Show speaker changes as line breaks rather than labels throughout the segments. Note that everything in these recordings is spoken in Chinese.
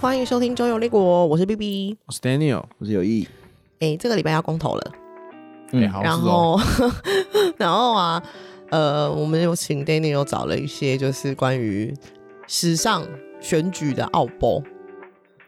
欢迎收听《周游列国》，我是 B B。
我是 Daniel，
我是有意。
哎，这个礼拜要公投了，
哎、
嗯
好，
然
是哦
后， 然后啊，呃，我们有请 Daniel 有找了一些就是关于史上选举的奥博。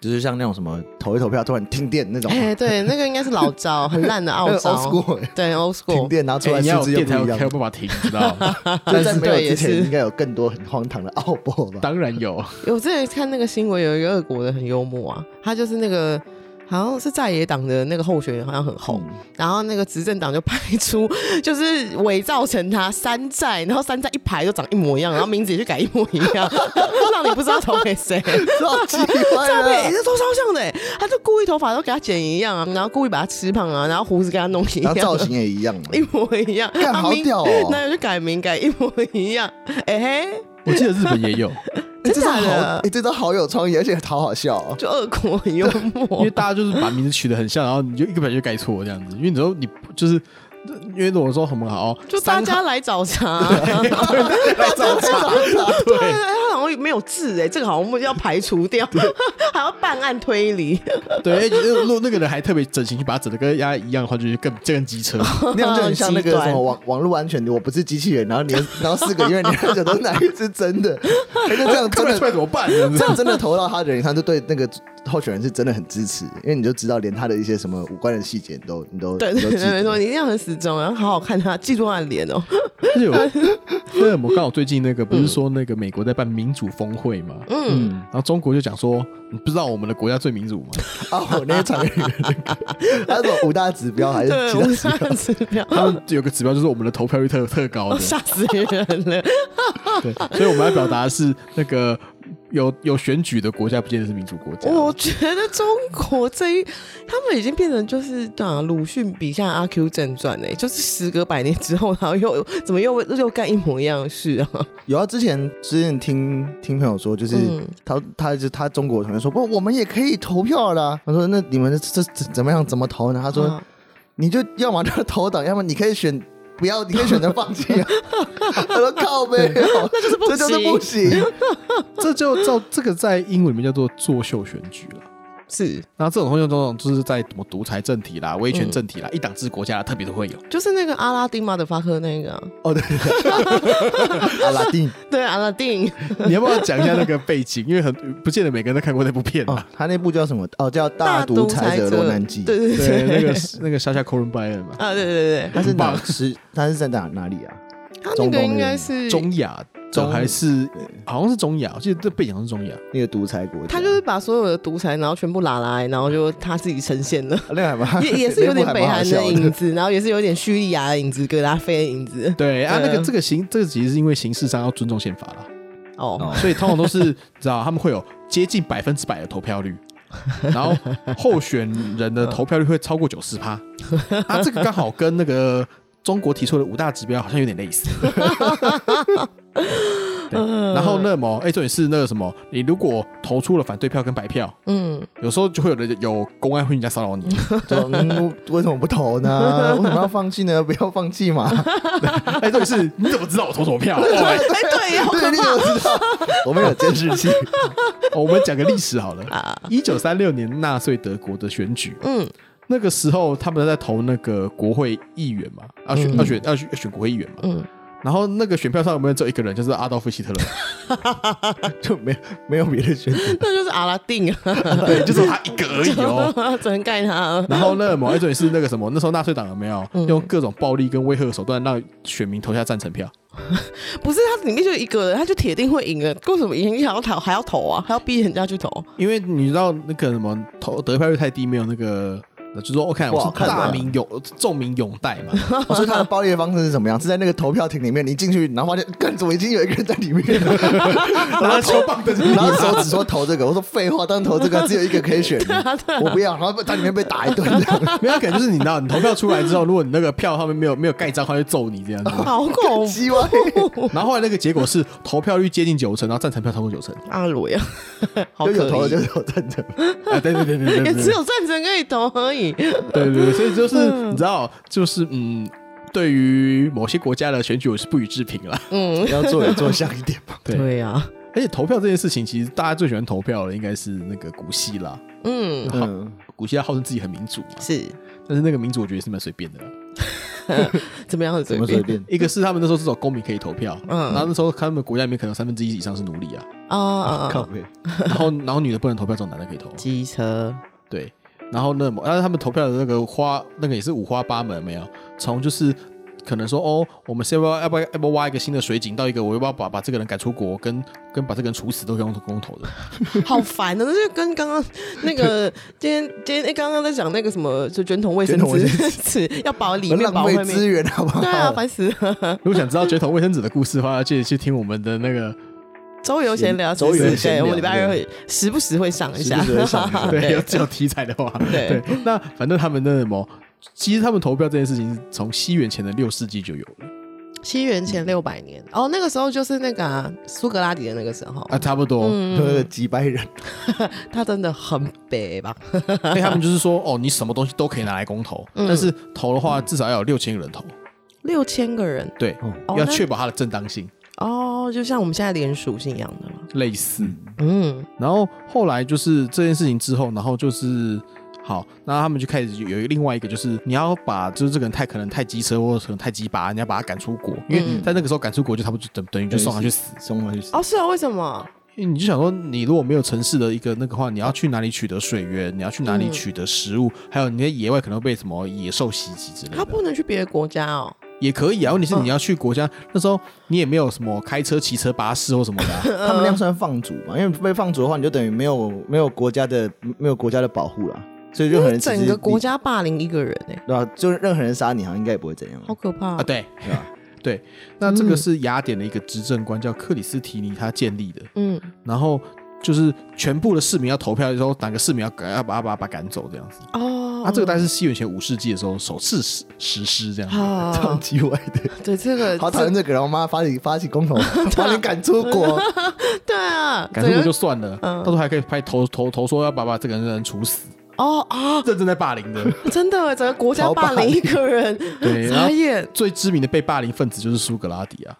就是像那种什么投一投票突然停电那
哦
种，
哎，对，那个应该是老招，很烂的
那
澳
个 old
招。
school
对，old
停
school。
电，然后出
哎
来
你
数
要
字
有
又
电才
不
有
一样
才有。办法停，知道吗？
就在没有
对也
之
是
前，应该有更多很荒唐的奥博吧？
当然有，
哎我之前看那个新闻，有一个俄国的很幽默啊，他就是那个好像是在野党的那个候选人，好像很红。然后那个执政党就派出， 就是伪造成他山寨，然后山寨一排都长一模一样，然后名字也去改一模一样， 让你不知道投给 谁。
超 奇
照片也
怪的。啊
是都超像的欸，他就故意头发都给他剪一样啊，然后故意把他吃胖啊，然后胡子给他弄一
然
样，
后造型也一样嘛。
一模一样，
干
他
好
名
屌哦
哎那就改名改一模一样， 哎、嘿，
我记得日本也有，
哎这招
真的
好，
假的
哎，这招好有创意，而且好好笑 哦。
就恶国很幽
因
默
为，大家就是把名字取得很像，然后你就一个本就改错这样子，因为你知道你就是。因为我说很好，
就大
三
家来找茬、 啊。
造
对，
对 他好像没有字哎，这个好像要排除掉， 还要办案推理。
对，如果那个人还特别整形，去把它整的跟人家一样的话，就是更更机车。
那样就很像那
很
个
极端
什么网网络安全的，我不是机器人，然后你然后四个月你要觉得哪一是真的，哎那这样真的
出来怎么办？这样子
这 样真的投到他的人，他就对那个候选人是真的很支持，因为你就知道连他的一些什么五官的细节你都你都
对
你
对
都
对，
记得
没错，你一定要很死忠，然后好好看他，记住他的脸哦。
而且我，那我刚好最近那个不是说那个美国在办民主峰会嘛，嗯，然后中国就讲说，你不知道我们的国家最民主吗？
啊！我那一场有一个那个，他说五大指标哦还是
对，
其他
我
指
上指标
他们有个指标就是我们的投票率特特高的，
吓死人了。
对，所以我们要表达的是那个有有选举的国家不见得是民主国
啊
家。
我觉得中国这一，他们已经变成就是啊，鲁迅笔下《阿 Q 正传》哎，就是时隔百年之后，然后又怎么又又干一模一样的事啊？
有啊，之前之前听听朋友说，就是
嗯
他、他就他中国同学说，不，我们也可以投票啦。他说那你们这这怎么样怎么投呢？他说、
啊
你就要么就投 党，要么你可以选不要，你可以选择放弃啊。 他说靠背、 哦，那就是
不行
这就是 不行。
这就照这个在英文里面叫做作秀选举了。
是，
那这种东西，这种就是在什么独裁政体啦、威权政体啦、一党制国家啦，特别都 会有。
就是那个阿拉丁马的发科那个啊、
哦对，阿拉丁
对，阿拉丁，
你要不要讲一下那个背景？因为很不见得每个人都看过那部片
哦
啊。，
他那部叫什么？哦，叫《大独
独
裁者罗南记》。
对对对
对，那 个那个莎莎·科伦拜恩嘛，
啊，对对对，
他是哪
很
是他是在哪哪里啊？
他那
中
个
东
应
那
该
边
是
中亚
中
还是好像是中亚，我记得这背景好像是中亚。
那个独裁国家，
他就是把所有的独裁，然后全部拉来，然后就他自己呈现了，
啊 那个还蛮
也 也是有点北韩的影
影。
子，然后也是有点叙利亚的影子，格拉菲的影子。
对啊，
对
那个这个形这个其实是因为形式上要尊重宪法啦，
哦，
所以通常都是知道他们会有接近百分之百的投票率，然后候选人的投票率会超过九十趴，啊，这个刚好跟那个中国提出的五大指标好像有点类似。对，然后那么哎，重点是那个什么，你如果投出了反对票跟白票，
嗯，
有时候就会有人有公安会人家骚扰你，
说嗯为什么不 投呢？为什么要放弃呢？不要放弃嘛！
哎，重点是你怎么知道我投什么票？哦
哎，对呀，好
对，
可
你怎
怕
么知道？ 我们有监视 器。
哦我们讲个历史好了，
啊！
一九三六年纳粹德国的选举，
嗯，
那个时候他们在投那个国会议员嘛，要选、
嗯
要选要选要选国会议员嘛。
嗯
然后那个选票上有没有只有一个人，就是阿道夫希特勒，
就没有没有别 的选择。
那就是阿拉丁 啊，
对，就只有他一个而已哦。
只能盖他啊了。
然后那某一种也是那个什么，那时候纳粹党有没有、
嗯
用各种暴力跟威吓的手段让选民投下赞成票？
不是他里面就一个人，他就铁定会赢了。为什么赢？你还要投，还要投啊？还要逼人家去投？
因为你知道那个什么投得票率太低，没有那个。就是说，我哦看
不
我
好
是
看的
大明永众民永戴 嘛，
哦所以他的暴力的方式是怎么样？是在那个投票亭里面，你进去，然后发现，干，怎么已经有一个人在 里面了？
然后球棒的，
然后手指说投这个，我说废话，当然投这个只有一个可以选，我不要。然后在里面被打一顿，
没有，可能就是你知道，你投票出来之后，如果你那个票上面没有没有盖章，他就揍你这样子。
好恐怖
鸡歪。
然后后来那个结果是投票率接近九成，然后赞成票超过九成。
阿罗 呀，好
就
可
有投的就
疑，
有赞成，
啊，对对对对对
也
对，
只有战争可以投而已。
对对对，所以就是你知道，就是嗯，对于某些国家的选举，我是不予置评了。
嗯，
要做也做像一点吧。
对
对呀，啊
而且投票这件事情，其实大家最喜欢投票的应该是那个古希腊，
嗯，
嗯，
古希腊号称自己很民主嘛，
是
但是那个民主我觉得也是蛮随便的啦。
怎么样很
怎
随
么
便
随便？
一个是他们那时候至少公民可以投票，
嗯
然后那时候他们国家里面可能三分之一以上是奴隶啊，
啊啊啊
靠
啊！
背，
然后然后女的不能投票，只有男的可以投啊，
机车，
对。然后那么，但是他们投票的那个花，那个也是五花八门，没有从就是可能说哦，我们是要不要要不要要不要挖一个新的水井，到一个我要不要把把这个人赶出国，跟跟把这个人处死，都是用公投的。
好烦的，那就跟刚刚那 个今天今天哎，刚刚在讲那个什么，就卷筒卫生
卷筒卫
纸 纸要保里面保
浪
外
费
面，
资源好不好？
对啊，烦死了。
如果想知道卷筒卫生纸的故事的话，要记得去听我们的 那个
周游闲聊，
周游
其实
闲
对，
聊
我们礼拜二会时不时会上一下，
时不时会上一下
对，有
对
这种题材的话，
对
那反正他们那什么，其实他们投票这件事情是从西元前的六世纪就有了
西元前六百年哦，那个时候就是那个啊苏格拉底的那个时候，
啊，差不多。
嗯
呃，几 百人，
他真的很北吧？
因为他们就是说，哦，你什么东西都可以拿来公投，
嗯
但是投的话至少要有六千人投，
六千个人
对，
哦
要
那
确保它的正当性，
哦，就像我们现在联署是一样的嘛。
类似。
嗯，
然后后来就是这件事情之后，然后就是。好，那他们就开始有一个另外一个，就是你要把就是这个人太可能太机车或者可能太鸡巴，你要把他赶出国，因为在那个时候赶出国就差不多就等等于就送他去死。
送回去。
哦，是啊，为什么？
因为你就想说，你如果没有城市的一个那个话，你要去哪里取得水源？你要去哪里取得食物？还有你在野外可能被什么野兽袭击之类
他
的，
不能去别的国家哦。
也可以啊。问题是
嗯
你要去国家，那时候你也没有什么开车、骑车、巴士或什么的啊、
嗯
他们那样算放逐嘛？因为被放逐的话，你就等于没有没有国家的没有国家的保护啦，所以任何人
因为整个国家霸凌一个人哎、
对吧？啊就是任何人杀你，好像应该也不会怎样啊
好。可怕、哦
啊。对
对吧，
对，那这
嗯
个是雅典的一个执政官叫克里斯提尼他建立的，
嗯，
然后就是全部的市民要投票的时候，哪个市民要赶要把他把他把他赶走这样子。
哦，
啊
他、这个大概是西元前五世纪的时候首次实实施这样子。
好
超，级歪 的，
对这个，
好讨厌这个人！我妈发起发 起公投，
啊
把你赶出国，
这对啊，
赶出
整
国
个嗯
就算了，到时候还可以拍投投投说要把把这个人处死，
哦啊，
这正在霸凌的。
真的，整个国家
超
霸
霸
凌
凌
一个人，
对然
傻
后
眼，
最知名的被霸凌分子就是苏格拉底啊，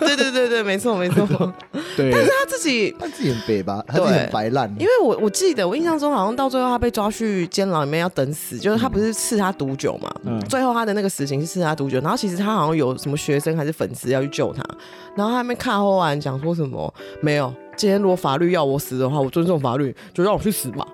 对对对对，没错没错，
对，啊
但是他自己。
他自己很北吧，他自己很白烂，
因为我我记得，我印象中好像到最后他被抓去监牢里面要等死，就是他不是赐他毒酒嘛，
嗯
最后他的那个死刑是赐他毒酒，然后其实他好像有什么学生还是粉丝要去救他，然后他们看后完讲说什么没有，今天如果法律要我死的话，我尊重法律，就让我去死吧，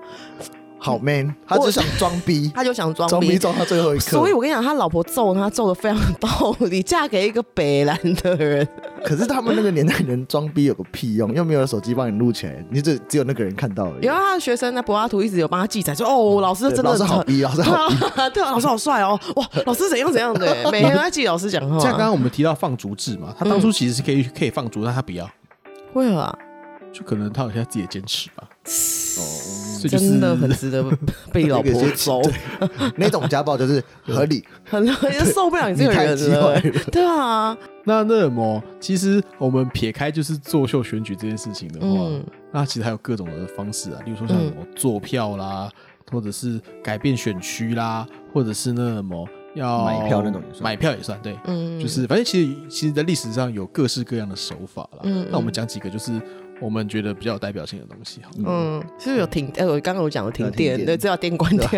好 man，他只想装逼，
他就想装
装逼
逼。
装到最后一刻。
所以，我跟你讲，他老婆揍他揍的非常有道理，嫁给一个北兰的 人，
可是他们那个年代人装逼有个屁用，又没有手机帮你录起来，你只只有那个人看到而已
然。后他的学生在柏拉图一直有帮他记载说，哦，老师
对
啊真的
老师
很
好逼，老 师
对
好逼，
啊，对啊，老师好帅哦！哇，老师怎样怎样的 欸，每天都在记老师讲话。
像刚刚我们提到放逐制嘛，他当
嗯
初其实是可以可以放逐，但他不要，
为何啊？
就可能他有他自己的坚持吧。
哦
所以就是
真的很值得被老婆
有些
揍，
那种家暴就是 合理，
很很受不了你这个
你太
人
奇怪
了
了。
对啊，
那那么，其实我们撇开就是作秀选举这件事情的话，
嗯
那其实还有各种的方式啊，例如说像
嗯
什么坐票啦，或者是改变选区啦，或者是那什么要
买票那种也算
买票也算对，
嗯，
就是反正其实其实在历史上有各式各样的手法啦。
嗯嗯
那我们讲几个就是我们觉得比较有代表性的东西好了。
嗯，是不是有停？哎，我刚刚有讲有停
有停
电，
电
对，这啊要电关掉，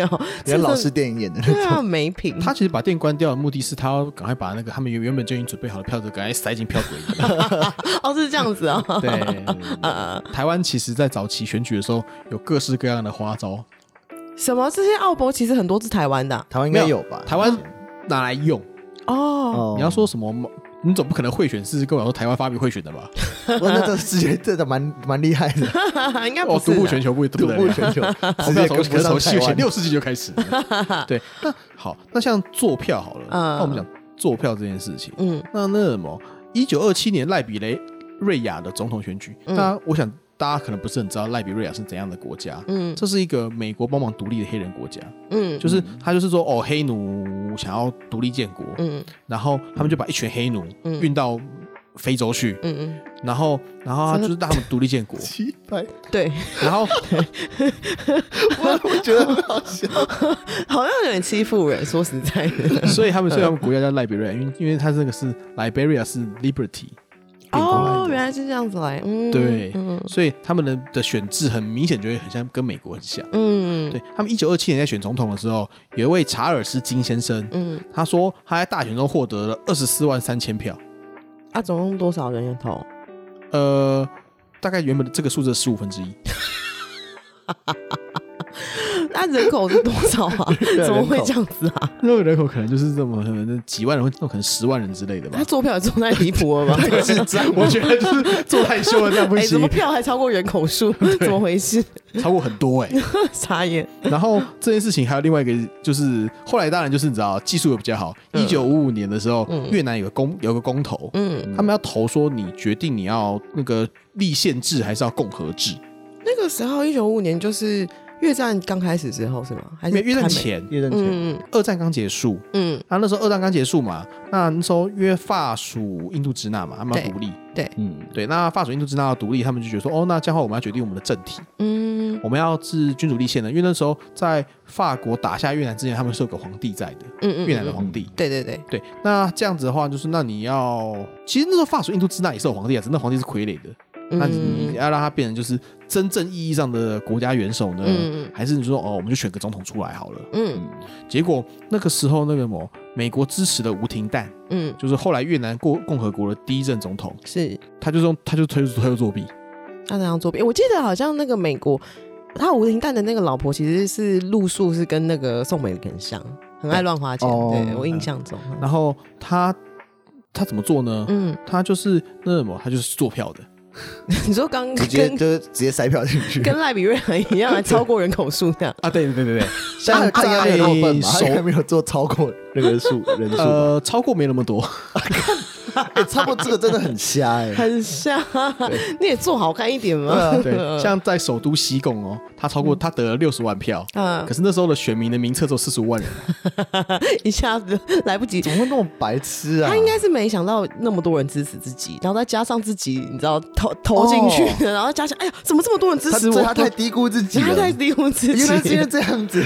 这
人家老师
是
电影演的那
对啊，
种。
没品。
他其实把电关掉的目的是他要赶快把那个他们原原本就已经准备好的票子赶快塞进票轨里面。
哦，是这样子啊。
嗯
对，台湾其实在早期选举的时候有各式各样的花招，
什么？这些奥博其实很多是台湾的啊
台湾应该有吧？
台湾拿来用。
哦。
哦
你要说什么？你总不可能贿选是跟我说台湾发明贿选的吧？
哇，那这世界真的蛮蛮厉害 的，
应该不
哦，
是啊
独步
啦
全球不
啊独
不得
步
了。
全球，
投票
直接
从可
跟不
能从
上
西
台
元前
湾。
六世纪就开始了。 对，那好，那像坐票好了，
嗯
那我们讲坐票这件事情，
嗯
那那什么，一九二七年赖比雷瑞亚的总统选举，
嗯
那我想大家可能不是很知道赖比瑞亚是怎样的国家。
嗯
这是一个美国帮忙独立的黑人国家，
嗯
就是他就是说哦，黑奴想要独立建国，
嗯
然后他们就把一群黑奴
嗯
运到非洲去，
嗯嗯，
然后然后他
真的
就是让他们独立建 国，
七百，
对，
然后
我我觉得很好笑。
好像有点欺负人。说实在 的，
所以他们虽然国家叫 Liberia，因为因为它这个是 Liberia 是 Liberty 变过来的，
哦，原来是这样子来，嗯，
对
嗯
所以他们的的选制很明显就会很像跟美国很像。
嗯，
对他们一九二七年在选总统的时候，有一位查尔斯金先生，
嗯，
他说他在大选中获得了二十四万三千票，
啊，总共多少人要投？
呃，大概原本的这个数字的十五分之一。
那啊人口是多少啊？
对啊
怎么会
人
这
口
样子啊？
那个人口可能就是这么可能几万人，那种可能十万人之类的吧
他。坐票也坐太离谱了吧？
是这样，我觉得就是做太凶了，这 样不
啊哎、怎
行
么，票还超过人口 数？怎么回事？
超过很多哎、
傻眼。
然后这件事情还有另外一个，就是后来当然就是你知道技术也比较好。一九五五年的时候，越南有个公有个公投，
嗯，
他们要投说你决定你要那个立宪制还是要共和制？
那个时候，一九五五年就是越战刚开始之后是吗？还
因为
是
越战
还没？
前，
叶正权，
嗯
二战刚结束，
嗯
啊那时候二战刚结束嘛，那那时候因为法属印度支那嘛，他们要
对
独立。
嗯，
对，那法属印度支那要独立，他们就觉得说，哦，那这样的话我们要决定我们的政体，
嗯
我们要是君主立宪的，因为那时候在法国打下越南之前，他们是有个皇帝在的，
嗯嗯，
越南的
嗯
皇帝。
对对对，
对，那这样子的话，就是那你要，其实那时候法属印度支那也是有皇帝啊，只是那皇帝是傀儡的，那你
嗯
要让他变成就是真正意义上的国家元首呢，
嗯
还是你说哦，我们就选个总统出来好了？
嗯
结果那个时候那个某美国支持的吴廷琛，
嗯，
就是后来越南共共和国的第一任总统，
是
他就用他就推推作弊，
他那样作弊。我记得好像那个美国，他吴廷琛的那个老婆其实是路数是跟那个宋美龄很像，很爱乱花钱。
哦
对我印象中，
然后他他怎么做呢？
嗯，
他就是那什么，他就是做票的，
你说刚
直接
跟
就是直接塞票进去。
跟赖比瑞涵一样，还超过人口数这样。
啊，对对对对 对，
他
像
他应该没
在
有那么笨吧？他应该
首
没有做超过那个数人数吧。
呃超过没那么多，
哎，超过这个真的很瞎哎。
很像， 你也做好看一点嘛。
对，
啊
像在首都西贡哦，他超过
嗯
他得了六十万票，
啊
可，是那时候的选民的名册只有四十五 万人，
一下子来不及
怎。么会那么白痴啊？
他应该是没想到那么多人支持自己，然后再加上自己，你知道投投进去的，然后加上哎呀，怎么这么多人支
哦他
持我？
他太低估自己
他太
了。
低估 自
原来是因为
己。
这样子，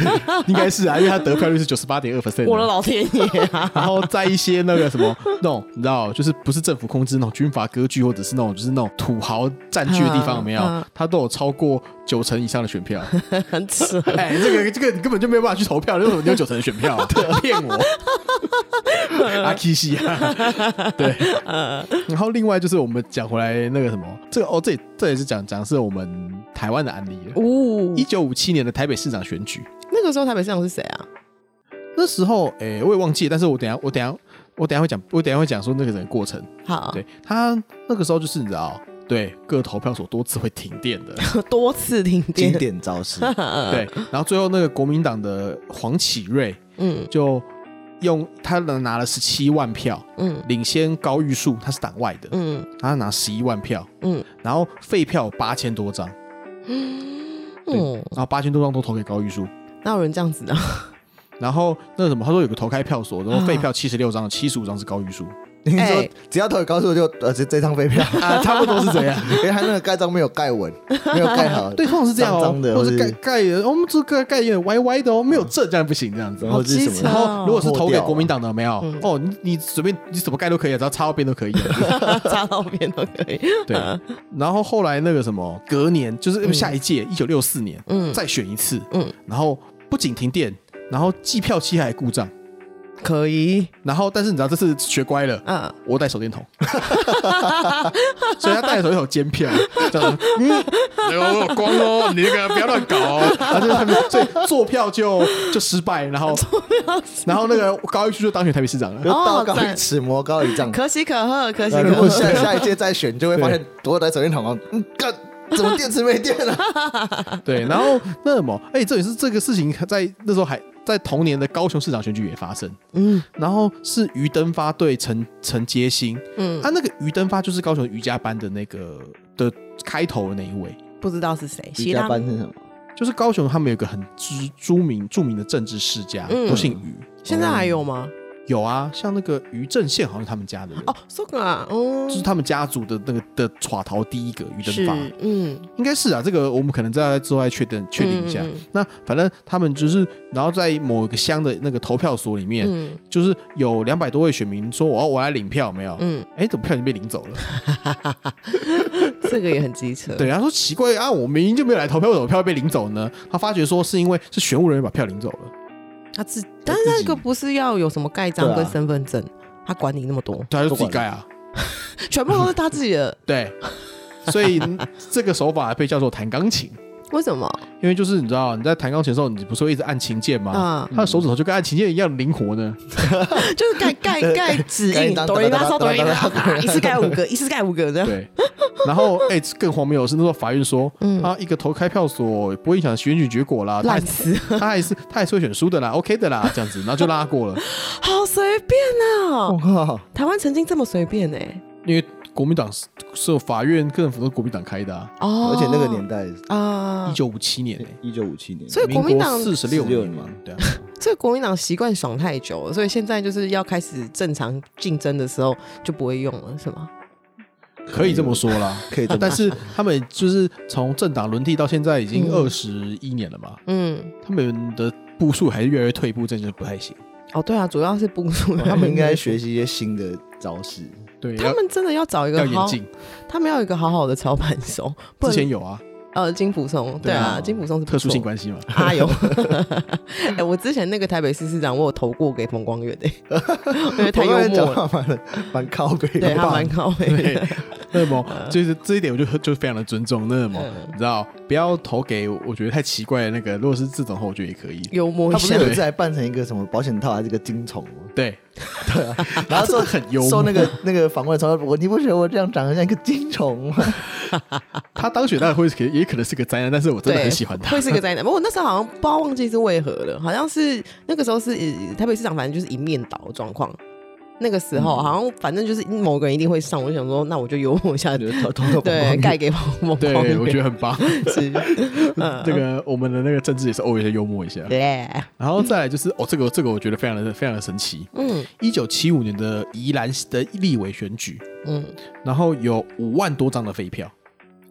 应该是啊，因为他得票率是九十八点二 percent，
我的老天爷啊！
然后在一些那个什么那种，你知道，就是不是政府控制那种军阀割据，或者是那种就是那种土豪占据的地方，有没
嗯嗯
有？他都有超过九成以上的选票。
很扯，
哎，这个这个你根本就没有办法去投票，为什么你有九成的选 票啊？骗我！阿 K 西啊， 对。然后另外就是我们讲回来那个什么，这个哦，这也这也是讲讲是我们台湾的案例了。
呜
一！九五七年的台北市长选举，
那个时候台北市长是谁啊？
那时候哎、我也忘记了，但是我等一下我等一下我等一下会讲，我等一下会讲说那个人的过程。
好，
对他那个时候就是你知道，对各投票所多次会停电 的，
多次停
经
电。
典 招式。
对。然后最后那个国民党的黄启瑞
嗯
就用他拿了十七万票，
嗯
领先高玉树，他是党外的，
嗯
他拿十一万票，
嗯
然后废票八千多张，对
嗯，
然后八千多张都投给高玉树。
哪有人这样子的？
然后那什么，他说有个投开票所，
嗯
然后废票七十六张，七十五张是高玉树，
你说
哎
只要投给高数就呃这这张废票，
啊，差不多是这样。
因为他那个盖章没有盖稳，没有盖好，
对，通常是这样哦，
呃脏脏的
或者
或是
盖盖的，我们这个盖有点歪歪的哦，没有正这样不行，这样子。
然后是什
好机
么
车
然
的？
后如果是投
嗯哦破
给
掉嗯
国民党的，有没有、哦，你你随便你怎么盖都可以啊，只要插到边都可以、啊。
插到边都可以。
对。然后后来那个什么，隔年就是下一届一九六四年，
嗯，
再选一次，
嗯
然后不仅停电，然后计票器还故障，
可以。
然后但是你知道这次学乖了。
嗯，
我带手电筒， 所以他带着手电筒监票，这样子，嗯，有光哦，你那个不要乱搞哦，然后就他们，所以做票就就失败，然 后然后那个高玉树就当选台北市长了，
就道
哦
高一
赞
尺，魔高一丈。
可喜可贺， 可喜
那
可
如
贺
果。下下一届再选，就会发现多台手电筒啊，嗯，干怎么电池没电啊了？
对，然后那什么，哎、这也是这个事情在那时候还在同年的高雄市长选举也发生，
嗯
然后是于登发对陈陈杰兴，
嗯，
他那个于登发就是高雄瑜伽班的那个的开头的那一位，
不知道是谁，
瑜
希
伽
拉
班是什么？
就是高雄他们有一个很知著名著名的政治世家，
嗯
都姓于，
现在还有吗？
有啊，像那个于正宪好像是他们家的人，
哦，这个啊，哦
就是，他们家族的那个的垮头第一个于
是
正发，，
嗯，
应该是啊，这个我们可能在之后再确定确定一下。
嗯
那反正他们就是，然后在某个乡的那个投票所里面，
嗯
就是有两百多位选民说我要我来领票，有没有？
嗯，
哎、怎么票已经被领走 了？
这个也很机车，
对，他说奇怪啊，我明明就没有来投票，为什么票会被领走呢？他发觉说是因为是选务人员把票领走了。
他自，但是那个不是要有什么盖章
对
跟
啊
身份证，他管你那么多，
对他就自己盖啊，
全部都是他自己的，
对，所以嗯这个手法被叫做弹钢琴，
为什么
因为就是你知道你在弹钢琴的时候，你不是会一直按琴键吗？
啊？
他的手指头就跟按琴键一样灵活呢。
就是盖盖盖指
盖
印，
一张
哆来咪发
哒
嗦
哒
哆
哒
来咪发
哒哒哒哒
嗦，一次盖五个，一次盖五个这 样。
对，然后哎、更荒谬的是那时候法院说，
嗯
啊，一个投开票所不会影响选举结果啦，他
烂死，
他还是他还是会选输的啦，OK 的啦，这样子，然后就拉过了，
好随便啊！
靠，
台湾曾经这么随便欸呢、
因为国民党是是法院各府都是国民党开的、啊，
哦，
而且那个年代，
啊
一，九五七年、欸，
一九五七年，
所以国民党
四十六年
46
嘛
年，
对啊，
这个国民党习惯爽太久了，所以现在就是要开始正常竞争的时候就不会用了，是吗？
可以这么说啦。啊
可以这么
但是他们就是从政党轮替到现在已经
嗯
二十一年了嘛，
嗯，
他们的步数还是越来越退步，这就是不太行。
哦，对啊，主要是不输
哦他们应该学 习一些新的招式。
对，
他
要
们真的要找一
要
个
严
好，
禁。
他们要有一个好好的操盘手，不能
之前有啊，
呃金普松，对
对
啊，
啊
金普松是不
特殊性
错
关系嘛，
哎呦， 哎、我之前那个台北市市长，我有投过给冯光远的、因为太幽
我刚才
默
讲
了，
话蛮蛮靠背
对
的
他
吧，
蛮高明
对
的。，
那么就是这一点，我就就非常的尊重。那么
呃嗯
你知道，不要投给我觉得太奇怪的那个，如果是这种的话，我觉得也可以。
幽默
他
一
不是
下
有，一次还扮成一个什么保险套还是个金虫吗？
对，
然后
真
说
的很幽默
受那个那个访问的时候，我你不觉得我这样长得像一个金虫吗？
他当选当然会是可也可能是个灾难，但是我真的
对，
很喜欢他
会。是个灾难。不过我那时候好像不知道忘记是为何了，好像是那个时候是呃台北市长，反正就是一面倒的状况。那个时候好像反正就是某个人一定会上，我就想说，那我就幽默一下，
偷 偷的
对，盖给冯冯光
对，我觉
远
得很棒。
是，嗯
这个我们的那个政治也是偶尔幽默一下，
对，
然后再来就是哦，这个这个我觉得非常的非常的神奇。
嗯
一九七五年的宜兰的立委选举，
嗯，
然后有五万多张的废票，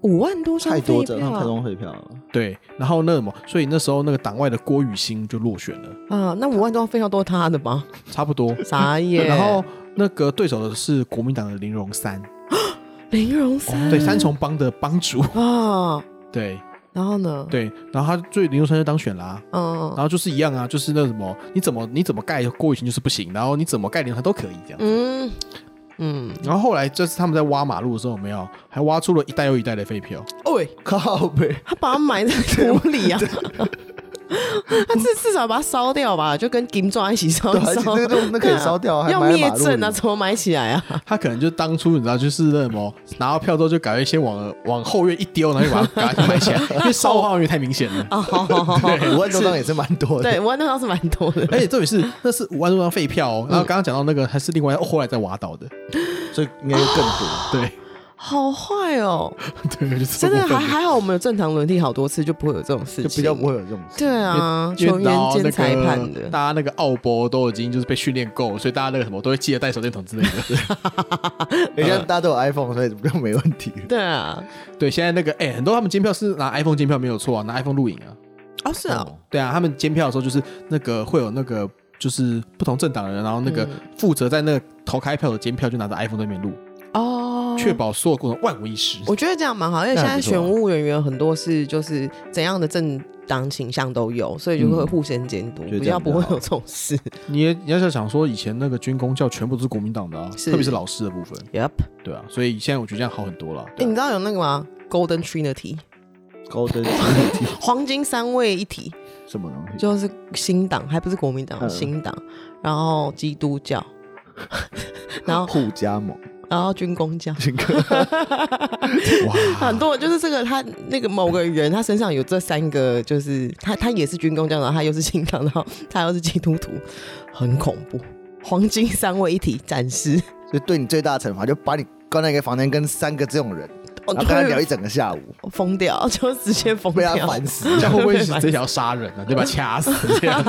五万多张
太多
废
张，
票
太多废票了。
对，然后那什么，所以那时候那个党外的郭雨欣就落选了，
啊，那五万多张废票都是他的吧？
差不多。
啥耶？
然后那个对手是国民党的林荣三，
林荣三
哦对三重帮的帮 主，
啊，
对
然后呢？，
对，然后他最林荣三就当选啦、
嗯
然后就是一样啊，就是那什么，你怎么你怎么盖郭雨欣就是不行，然后你怎么盖林荣三都可以这样。
嗯嗯，
然后后来就是他们在挖马路的时候，有没有还挖出了一袋又一袋的 废票，
哦
喂，
靠背，
他把它埋在土里啊。 他至至少把它烧掉吧，就跟金砖一起烧
对
一
啊，
烧，
这个那可以烧掉啊，还
要
埋在
灭
马路
证啊，
里
怎么埋起来 啊？
他可能就当初你知道就是那什么拿到票之后就赶快先往往后院一丢，然后就把它把它埋起 来，因为烧的话有点太明显了。
哦，好好好好
五万多张也是蛮多的。
对，我那倒是蛮多的。
哎
而且重点是，那是五万多张废票哦。
嗯
然后刚刚讲到那个，还是另外哦后来再挖到的。
所以应该又更多。
对
好坏哦，
对，就是这
真的
部分
还还好，我们有正常轮替好多次，就不会有这种事
就
情，
比较不会有这种事。
对啊，
因为
球
你知
员
道那
兼
个
裁判的，
大家那个奥博都已经就是被训练够，所以大家那个什么都会记得带手电筒之类的。
人家大家都有 iPhone，所以就没问题。
对啊，
对，现在那个哎，很多他们监票是拿 iPhone 监票没有错啊，拿 iPhone 录影啊。
哦是啊，
对啊，他们监票的时候就是那个会有那个就是不同政党的人，然后那个
嗯
负责在那个投开票的监票就拿着 iPhone 在那边录，
哦，
确保所有过程万无一失。
我觉得这样蛮好，因为
那
现在
还不错啊
选务人员很多是就是怎样的政党倾向都有，所以就会
嗯
互相监督，
觉得
比
这
较
样
不
比较
会
好
有这种 事。
你也你要想说，以前那个军工教全部都是国民党的啊，
是
特别是老师的部分。
Yep，
对啊，所以现在我觉得这样好很多了。
欸
对
你
啊
知道有那个吗？Golden Trinity，
高登问题
黄金三位一体，
什么东西？
就是新党，还不是国民党，
嗯
新党，然后基督教，然后
互加盟，
然后军工教。
这个
很多就是这个，他那个某个人，他身上有这三个，就是他他也是军工教，然后他又是新党，然后他又是基督徒，很恐怖。黄金三位一体展示，
啊所以对你最大的惩罚就把你关在一个房间，跟三个这种人
我
然后跟他聊一整个下午，
我疯掉， 就直接疯
被他
掉，
烦死。
这样会不会是直接想要杀人呢、啊？对吧？掐死这样。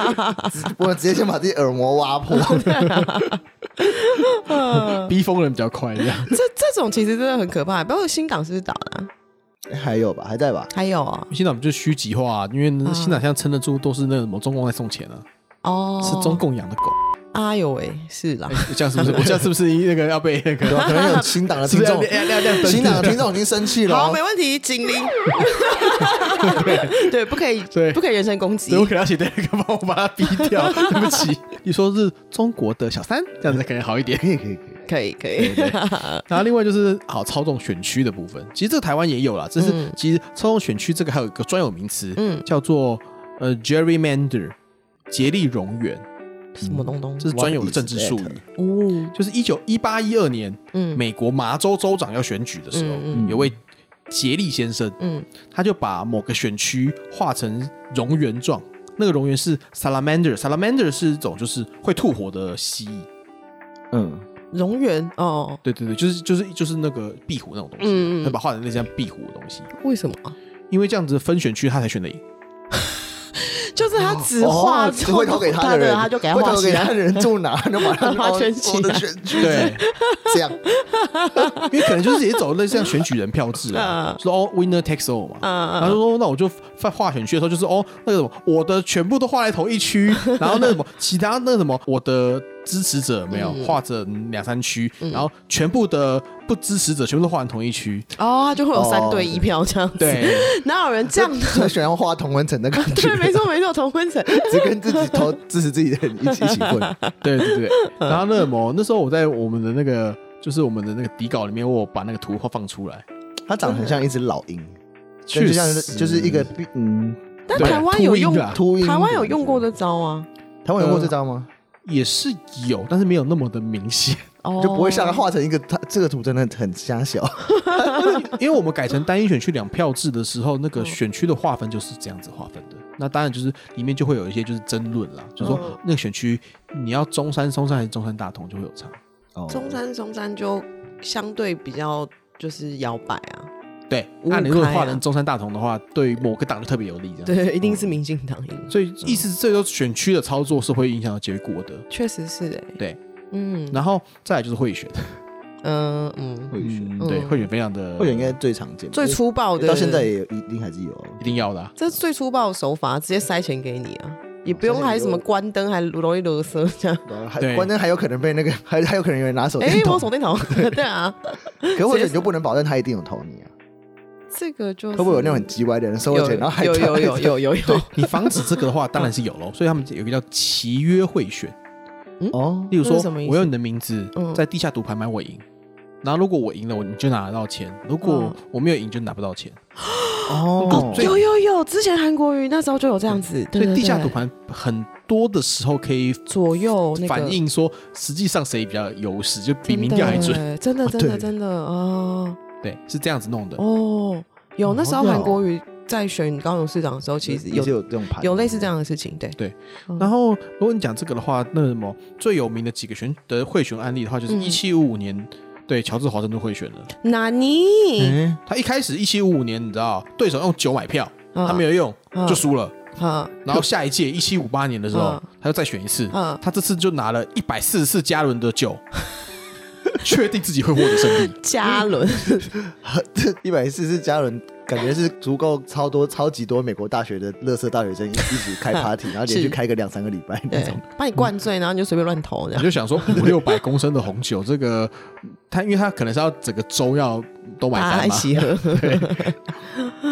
我直接先把自己耳膜挖破，
逼疯人比较快，这样。
这这种其实真的很可怕。包括新港是不是倒了啊、
还有吧，还在吧？
还有哦，
新党就是虚极化、啊，因为呢新党现在撑得住都是那什么中共在送钱啊，
哦
是中。共养的狗。
哎呦喂，是啦，
哎这样是不是？我这样是不是那个要被那
对
个？
吧？可能有新党的
是不
听
是
众
要，亮亮亮灯
新党的听众已经生气了
好，
哦
没。问题，警铃。对，不可以，
对
不可以人身攻击
对，。我可能要写那个，帮我把它逼掉。对不起，你说是中国的小三，这样子可能好一点。
可以可以可以，
可以，可以。
然后另外就是好操纵选区的部分，其实这个台湾也有啦，只是
嗯
其实操纵选区这个还有一个专有名词，
嗯，
叫做呃 gerrymander，竭力容圆，
什么东东？
这是专有的政治术
What
语
is。
哦，
就是一九一八一二年
嗯，
美国麻州州长要选举的时候，
嗯
嗯
有位杰利先生，
嗯
他就把某个选区画成蝾螈状。那个蝾螈是 salamander，salamander 是一种就是会吐火的蜥蜴，
嗯，
蝾螈哦，
对对对，就是就是就是那个壁虎那种东西，
嗯嗯
他把它画成那像壁虎的东西，
为什么啊？
因为这样子分选区他才选得赢。
就是他只画
哦会投给
他
的人，
他就给他
会
画
投
起
给他的
来。
人住哪，就把他
画圈起来
我的选区
对，
这样，
因为可能就是也走类似像选举人票制啊，
嗯
说哦 winner takes all 嘛，
嗯
然后就说哦那我就在划选区的时候，就是哦，那个什么，我的全部都划来同一区，然后那什么，其他那什么，我的支持者没有
嗯
划成两三区，然后全部的不支持者全部都划成同 一区，
哦，他就会有三对一票这样子。，
哦对，
哪有人这样的？
很喜欢画同文层的感 觉，
对，没错没错，同婚层。
只跟自己投 支持自己的人一起一起混，
对对对，
嗯
然后那什么，那时候我在我们的那个。就是我们的那个底稿里面，我有把那个图画放出来，
他长得很像一只老鹰，
确
就像
实
是就是一个嗯，
但
对
台湾有用
秃鹰啊
秃鹰
台湾有用过这招啊，
台湾有过这招吗？
也是有，但是没有那么的明显，
哦，
就不会像他画成一个，他这个图真的很狭小，
因为我们改成单一选区两票制的时候，那
嗯
个选区的划分就是这样子划分的。那当然就是里面就会有一些就是争论啦，就说
嗯
那个选区你要中山、松山还是中山大同就会有差。
哦
中山松山就相对比较就是摇摆啊，
对，
五五
按理如果
开啊
划成中山大同的话，对某个党就特别有利这样。
对，一定是民进党赢，
所以意思这个选区的操作是会影响到结果的。
确实是哎、
对，
嗯，
然后再来就是贿选，
嗯、嗯，
会选
嗯对，贿选非常的
会选应该最常见，
最粗暴的，
到现在也有一定还是有啊，
一定要的啊、
这是最粗暴的手法，直接塞钱给你啊，也不用
塞钱给我
还什么关灯，还啰里啰嗦这样。
然后还
对
关键还有可能被那个 还还有可能有人拿手
哎、
电筒
我，手电 筒，对啊，
可或者你就不能保证他一定有投你啊，
这个就是
会不会有那种很叽歪的人收了
有
钱然后还
有有有 有有有，
你防止这个的话，当然是有喽。所以他们有一个叫契约贿选，
哦
例如
那
说
是什么意，思
我用你的名字
嗯
在地下赌盘买我赢，然后如果我赢了，我你就拿得到钱；如
嗯
果我没有赢，就拿不到钱。
哦，
最
有有有，之前韩国瑜那时候就有这样子，
所
对
以地下
对
赌盘很多的时候可以
左右那个
反映说，实际上谁比较有优势，就比民调还准。
真的，真的，
哦
真的，
对
真的哦
对，是这样子弄的。
哦，有那时候
好屌哦
韩国瑜在选高雄市长的时候，其实
也是
有
有这种盘，
有类似这样的事情，对，
然后，如果你讲这个的话，那什么最有名的几个选的贿选案例的话，就是
嗯
一七五五年，对，乔治华盛顿贿选了。
纳尼
嗯，
他一开始一七五五年，你知道，对手用九买票，
啊
他没有用
嗯
就输了。
啊
然后下一届一七五八年的时候
嗯，
他又再选一次，
啊，
他这次就拿了一百四十四加仑的酒， 确定自己会获得胜 利。
嘉伦
这 一百四十加仑，感觉是足够超多、超级多美国大学的乐色大学生一一起开 party，然后连续开个两三个礼拜那
对
种。，
把你灌醉，然后你就随便乱投这
我
样，
就想说，五六百公升的红酒，这个他因为他可能是要整个州要都买
大家
单
一
嘛，
起喝，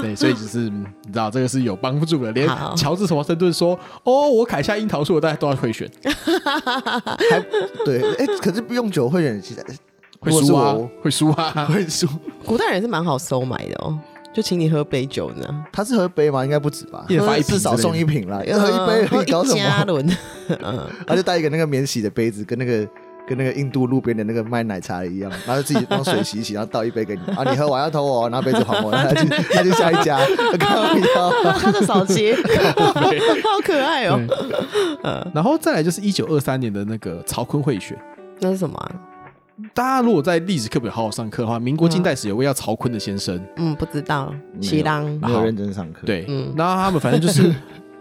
对，所以就是嗯你知道这个是有帮助的。连
好
乔治华盛顿说：“哦，我砍下樱桃树，我大家都要会选，
还对，哎，可是不用酒会忍，其实
会
如果是
输啊
我，
会输啊。
会输。
古代人是蛮好收买的哦，就请你喝杯酒呢，
他是喝杯吗？应该不止吧
一，人发一瓶
至少
之类的
送一瓶啦，要喝一杯
喝
而已，搞什
嘉
么？啊
伦，
他就带一个那个免洗的杯子，跟那个。跟那个印度路边的那个卖奶茶的一样，然后自己用水洗一洗，然后倒一杯给你啊，你喝完要投我哦，拿杯子还我，然后他去他去下一家，靠腰
他的扫街， 好可爱哦，
嗯
嗯
对”然后再来就是一九二三年的那个曹锟贿选，
那是什么啊？
大家如果在历史课本好好上课的话，民国近代史有位叫曹锟的先生，
嗯，不知道，
有
西郎，
没有认真上课。，
对，
嗯
然后他们反正就是，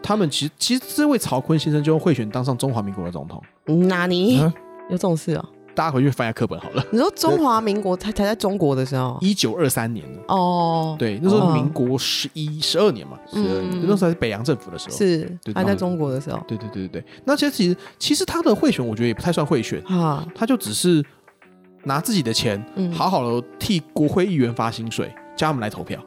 他们其实其实这位曹锟先生就用贿选当上中华民国的总统。
哪尼
嗯
有这种事哦？
大家回去翻一下课本好了，
你说中华民国才才在中国的时候，
一九二三年了，
哦，，
对，那时候
哦
民国十一十二年嘛，
嗯
那时候还是北洋政府的时候。
是
对
他在中国的时候
对对对对对，那其实其实其实他的贿选，我觉得也不太算贿选，
啊，
他就只是拿自己的钱，
嗯
好好的替国会议员发薪水，叫他们来投票。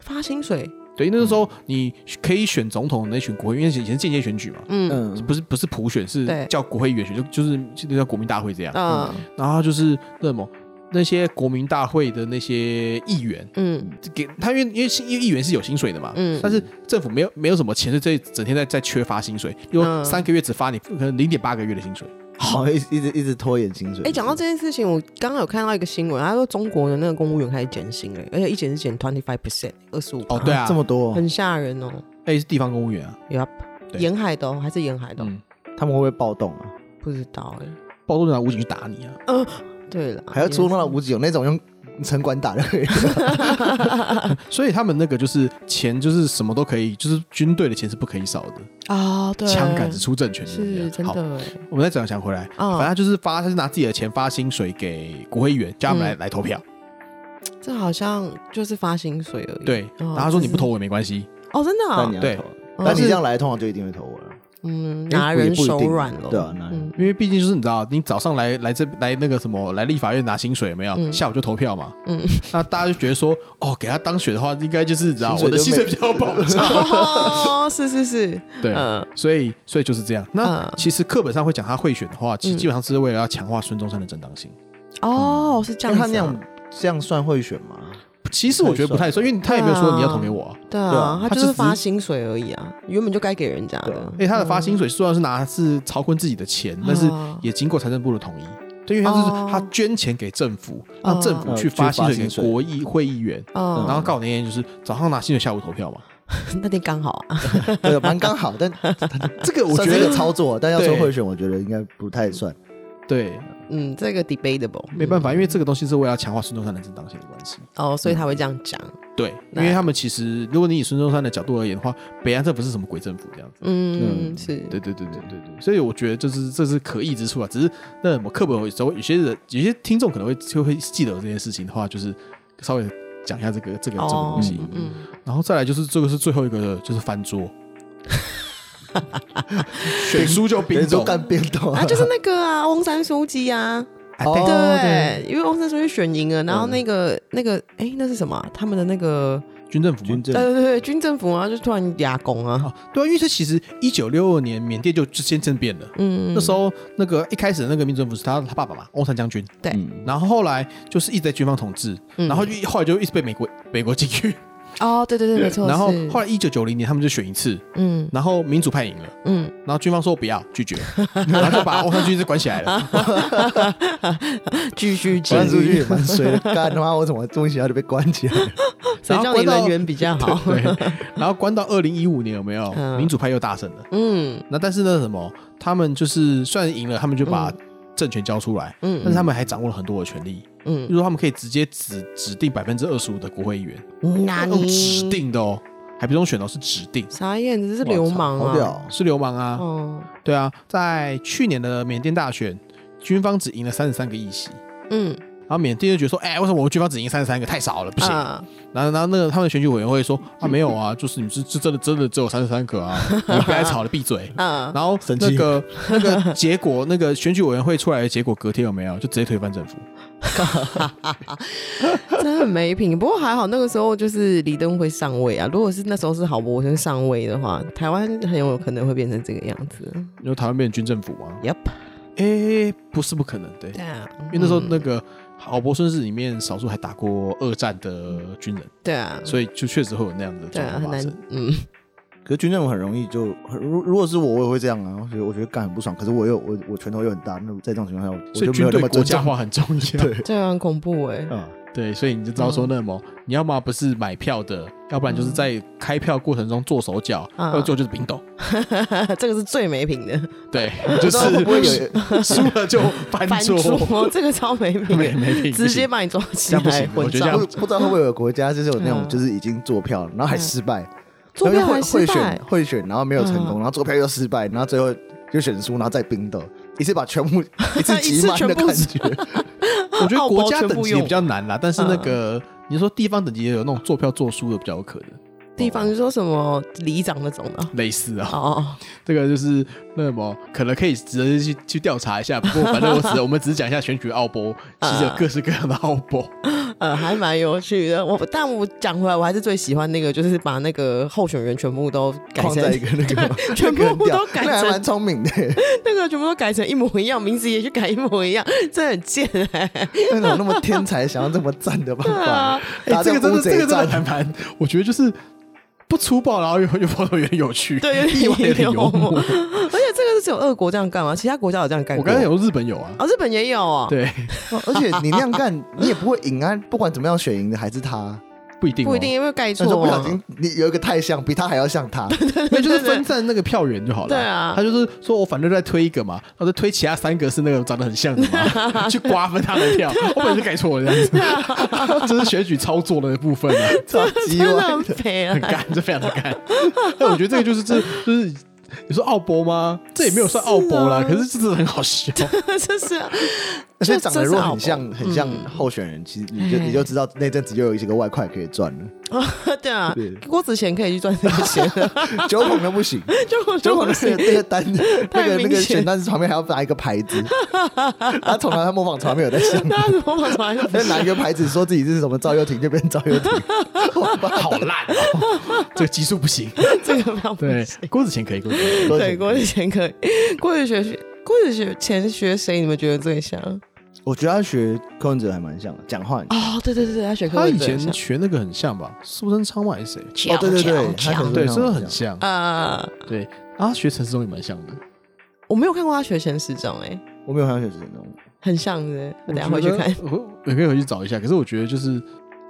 发薪水，
对，那时候你可以选总统的那群国会议员，因为以前是间接选举嘛，
嗯
嗯，
不是不是普选，是
对
叫国会议员选，就就是那叫国民大会这样。
嗯
然后他就是那么那些国民大会的那些议员，
嗯
给他因为因为是因为议员是有薪水的嘛，
嗯
但是政府没有没有什么钱，所以这整天在在缺乏薪水，因为
嗯
三个月只发你可能零点八个月的薪水。
好一直一直一直拖延薪水。
哎、讲到这件事情，我刚刚有看到一个新闻，他说中国的那个公务员开始减薪了，而且一减是减 twenty five percent，二十五，
哦，对啊，
这么多，
很吓人哦。
哎是地方公务员啊，
Yup，
对
沿海的哦，还是沿海的哦、
嗯，
他们会不会暴动啊？
不知道哎、
暴动就拿武警去打你啊，
对了，
还要捉弄到
也是
吴子勇那种用城管打的人？
所以他们那个就是钱就是什么都可以，就是军队的钱是不可以少的，
啊，对，
枪杆子出政权的
是
人这
真
样。好，
的哎、
我们再讲讲回来，
嗯
反正他就是发他是拿自己的钱发薪水给国会议员，叫他们来
嗯
来投票。
这好像就是发薪水而已。
对，
哦
然后他说
就
你
是
不投我也没关系，
哦，真的、
但
啊，
你要
对
投，
嗯
但你这样来，通常就一定会投我了。
嗯，
哎
拿
不也
人
不一
手
定
软了，
对啊拿人
嗯
因为毕竟就是你知道，你早上来来这来那个什么来立法院拿薪水有没有？
嗯
下午就投票嘛。
嗯，
那大家就觉得说，哦，给他当选的话，应该就是你知道
薪水
我的
就
薪水比较保障。
哦，是是是，
对，
嗯
所以所以就是这样。那、
嗯
其实课本上会讲他贿选的话，其实
嗯
基本上是为了要强化孙中山的正当性。
哦，是这
像
样子、
哎
啊，
他那样这样算会选吗？
其实我觉得不太算，因为他也没有说你要投给我、啊。
对
对
啊
啊，
他
他
就
就是只
发
是
薪水而已啊，原本就该给人家
对啊
的
因。为他的发薪水虽然是拿是曹锟自己的钱，但哎是也经过财政部的同意。对，因为他是
嗯哦
他捐钱给政府，
哦
让政府去
呃
发
去
薪
发
水
薪
给
水
国议会议员，
哦，
嗯然后告诉那天就是早上拿薪水，下午投票嘛。
那天刚好啊，
对，蛮刚好，但
这个我
算
觉
是一个
得
操作，但要说
对
会选，我觉得应该不太算。
对，嗯
嗯，这个 debatable，
没办
法
法，因为这个东西是为了强化孙中山的正当性的关系。
哦，所以他会这样讲，
对，因
对
为他们其实，如果你以孙中山的角度而言的话，北洋政府是什么鬼政府这样子？
嗯，
嗯
是，
对对对对对对，所以我觉得就是这是可疑之处啊。只是那什么课本有时候有些人有些听众可能会就会记得这件事情的话，就是稍微讲一下这个这个这个东西。
嗯，
然后再来就是这个是最后一个就是翻 桌，选书就
有
冰
人说
冻，
干变动
啊，就是那个啊，翁山书记啊，
哎对嗯
哦
对
对，
因为翁山书记选赢了，然后那个那个，哎，那是什么啊？他们的那个，
军政府吗
军
对
政
对对对，军政府啊，就突然牙拱啊，
啊，对啊，因为这其实一九六二年缅甸就就先政变了。
嗯，
那时候那个一开始的那个民主政府是他他爸爸嘛，翁山将军，
对
嗯
然后后来就是一直在军方统治，
嗯，
然后就后来就一直被美国美国进去，
哦，对对 对，没错，
然后
是
后来一九九零年他们就选一次，
嗯
然后民主派赢了，
嗯，
然后军方说不要拒绝， 然后就把翁山军就关起来了，
继续
关出去
举，
也蛮衰的，干他妈我怎么东西要就被关起来？
谁
然
叫
后
你
关
人
到
缘比较好？
对，然后关到二零一五年有没有
哦嗯？
民主派又大胜了，
嗯
那但是呢什么，他们就是虽然赢了，他们就把
嗯
政权交出来，但
嗯
是他们还掌握了很多的权利，
嗯
就是，说他们可以直接指指定百分之二十五的国会议员，
那
用
你
指定的哦，还不用选哦，是指定，
傻眼，这是流氓
好屌
啊！
哦！
是流氓啊，
哦，
对啊，在去年的缅甸大选，军方只赢了三十三个议席，
嗯
然后缅甸就觉得说，哎、为什么我军方只赢三十三个，太少了，不行。
啊，
然后然后那个他们选举委员会说，
嗯
啊没有啊，就是你们是是真的真的只有三十三个 啊，你们不要再吵了，闭嘴。
嗯，
然后
生
那
气
个那个结果，那个选举委员会出来的结果，隔天有没有就直接推翻政府？
真的很没品。不过还好那个时候就是李登辉上位啊，如果是那时候是郝柏村上位的话，台湾很有可能会变成这个样子。
因为台湾变成军政府吗？
Yep，
哎、不是不可能，对，
对啊，
因为那时候
嗯
那个郝柏村是里面少数还打过二战的军人，
对啊，
嗯
所以就确实会有那样的
对
状
啊，
况
很
发
难
生。，
嗯，
可是军政委很容易就，很如如果是我，我也会这样啊。所以我觉得干很不爽，可是我又我我拳头又很大，那在这种情况下，我
所以
就没
军
有那
队
么
国
尊
家
重。
化很重要。
对
这个很恐怖哎、
啊，
对，所以你就知道
嗯
说那么，你要么不是买票的，要不然就是在开票过程中做手脚，
嗯
要做就是冰斗。
这个是最没品的，
对，就
不知道会不会
是 输了就翻
翻
桌，
桌，哦这个超没品
没
的，
没品，
直接
不
把你抓起
这样不
来
行
混
我觉得这样
账
不。不知道会不会有国家就是有那种
嗯
就是已经做票，然后还失败，
坐
然
票
后
还
又
失
会会
败
选，会选，然后没有成功，
嗯
然后做票又失败，然后最后就选输，然后再冰斗，一次把 全部一次
一
挤
次
满的
全部
感觉。
行。我觉得国家
奥包全部嗯
等级也比较难啦，但是那
用
个你说地方等级也有那种做票做输的比较有可能，哦
地方你说什么里长那种的
类似啊。
哦，
这个就是那什么，可能可以直接去去调查一下。不过反正我 只我们只是讲一下选举奥波，其
嗯
实有各式各样的奥波。
呃，还蛮有趣的。我但我讲回来，我还是最喜欢那个，就是把那个候选人全部都 改
放
成
在一个那个
全部
那个很屌
都改
那还
成
蛮聪 明的。
那个全部都改成一模一样，名字也去改一模一样，这很贱哎、
那种那么天才想要这么赞的办
对
法
啊，
哎，
打
这个真
乌
的这
贼
个真的
战，
还蛮，我觉得就是不粗暴，然后又又跑得有点有趣，
对，
意
有
外地
点
有点
幽
幽
默。
默
而。且这个是只有俄国这样干吗？其他国家有这样干
我
过？
刚才有日本有啊，
哦，日本也有哦。
对，
而且你那样干，你也不会赢啊！不管怎么样，选赢的还是他。
不一定，哦
不一定，，因为盖
但是
错
不小
嘛。
心，你有一个太像，比他还要 像他，
因为就是分散那个票源就好了。
对啊
他就是说我反正在推一个嘛，他就推其他三个是那个长得很像的 嘛，去瓜分他的票。我本来就改错了这样 子，这是选举操作的部分啊。
超
真
级
的
歪
很
的。
肥啊
很！干，这非常的干。但我觉得这个就是这就是你说奥波吗？这也没有算奥波啦，
是啊
可是这真的很好笑。
这是啊
而且长得如果
这
很
是好嗯
像很像候选人，其实你就
哎
你就知道那阵子又有一些个外快可以赚了。
对啊
对，
郭子乾可以去赚这 个钱，
九孔都不 行，
就我
九
就不
孔那
行
个。那个单那
太
个那
明
个
显
选单旁边还要拿一个牌子， 他从来他模仿从来没有在 像。
大家怎么仿来？
他拿一个牌子说自己是什么赵又廷，就变赵又廷， 我 妈
好烂哦， 这个技术不行。
这个方
对，郭子乾可以，郭子乾
多
对，
钱
郭子乾可以， 郭子学郭子学前学谁？你们觉得最像？
我觉得他学柯文哲还蛮像的，讲话很像。
哦，对对对，对他学柯
他
文
以
哲很
前
像
学那个很像吧？苏贞昌嘛还是谁？
哦，对对对，
强
他可能
对，
跟
真
他们
的很像。
啊，
对啊，学陈世忠也蛮像的。
我没有看过他学前十章哎，
我没有看到学生那种，
很像的，我等一下
我
回去
觉得
看。
我我可以回去找一下。可是我觉得就是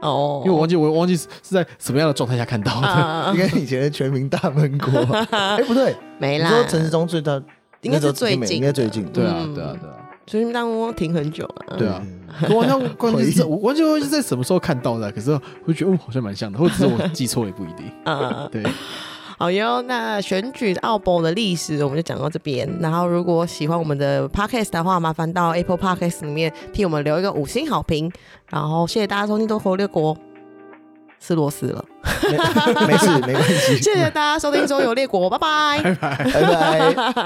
哦，
因为我忘记我忘记是在什么样的状态下看到的。
啊
应该以前的全民大 闷锅。哎，不对，
没
你
啦，
说陈世忠最大，
应该
那时候
是最
没
近的，
应该 最近
对啊，
嗯
对啊，对啊。
所以当我停很久啊。
对啊，我好像关键是在我 完全忘记是在什么时候看到的，可是我觉得哦，好像蛮像的，或者是我记错也不一定。
啊，
对，
好哟。那选举澳博的历史我们就讲到这边。然后，如果喜欢我们的 podcast 的话，麻烦到 Apple Podcast 里面替我们留一个五星好评。然后，谢谢大家收听《多活列国》，是螺丝了。
没没事没关系，
谢谢大家收听《周游列国》，拜拜。
拜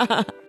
拜。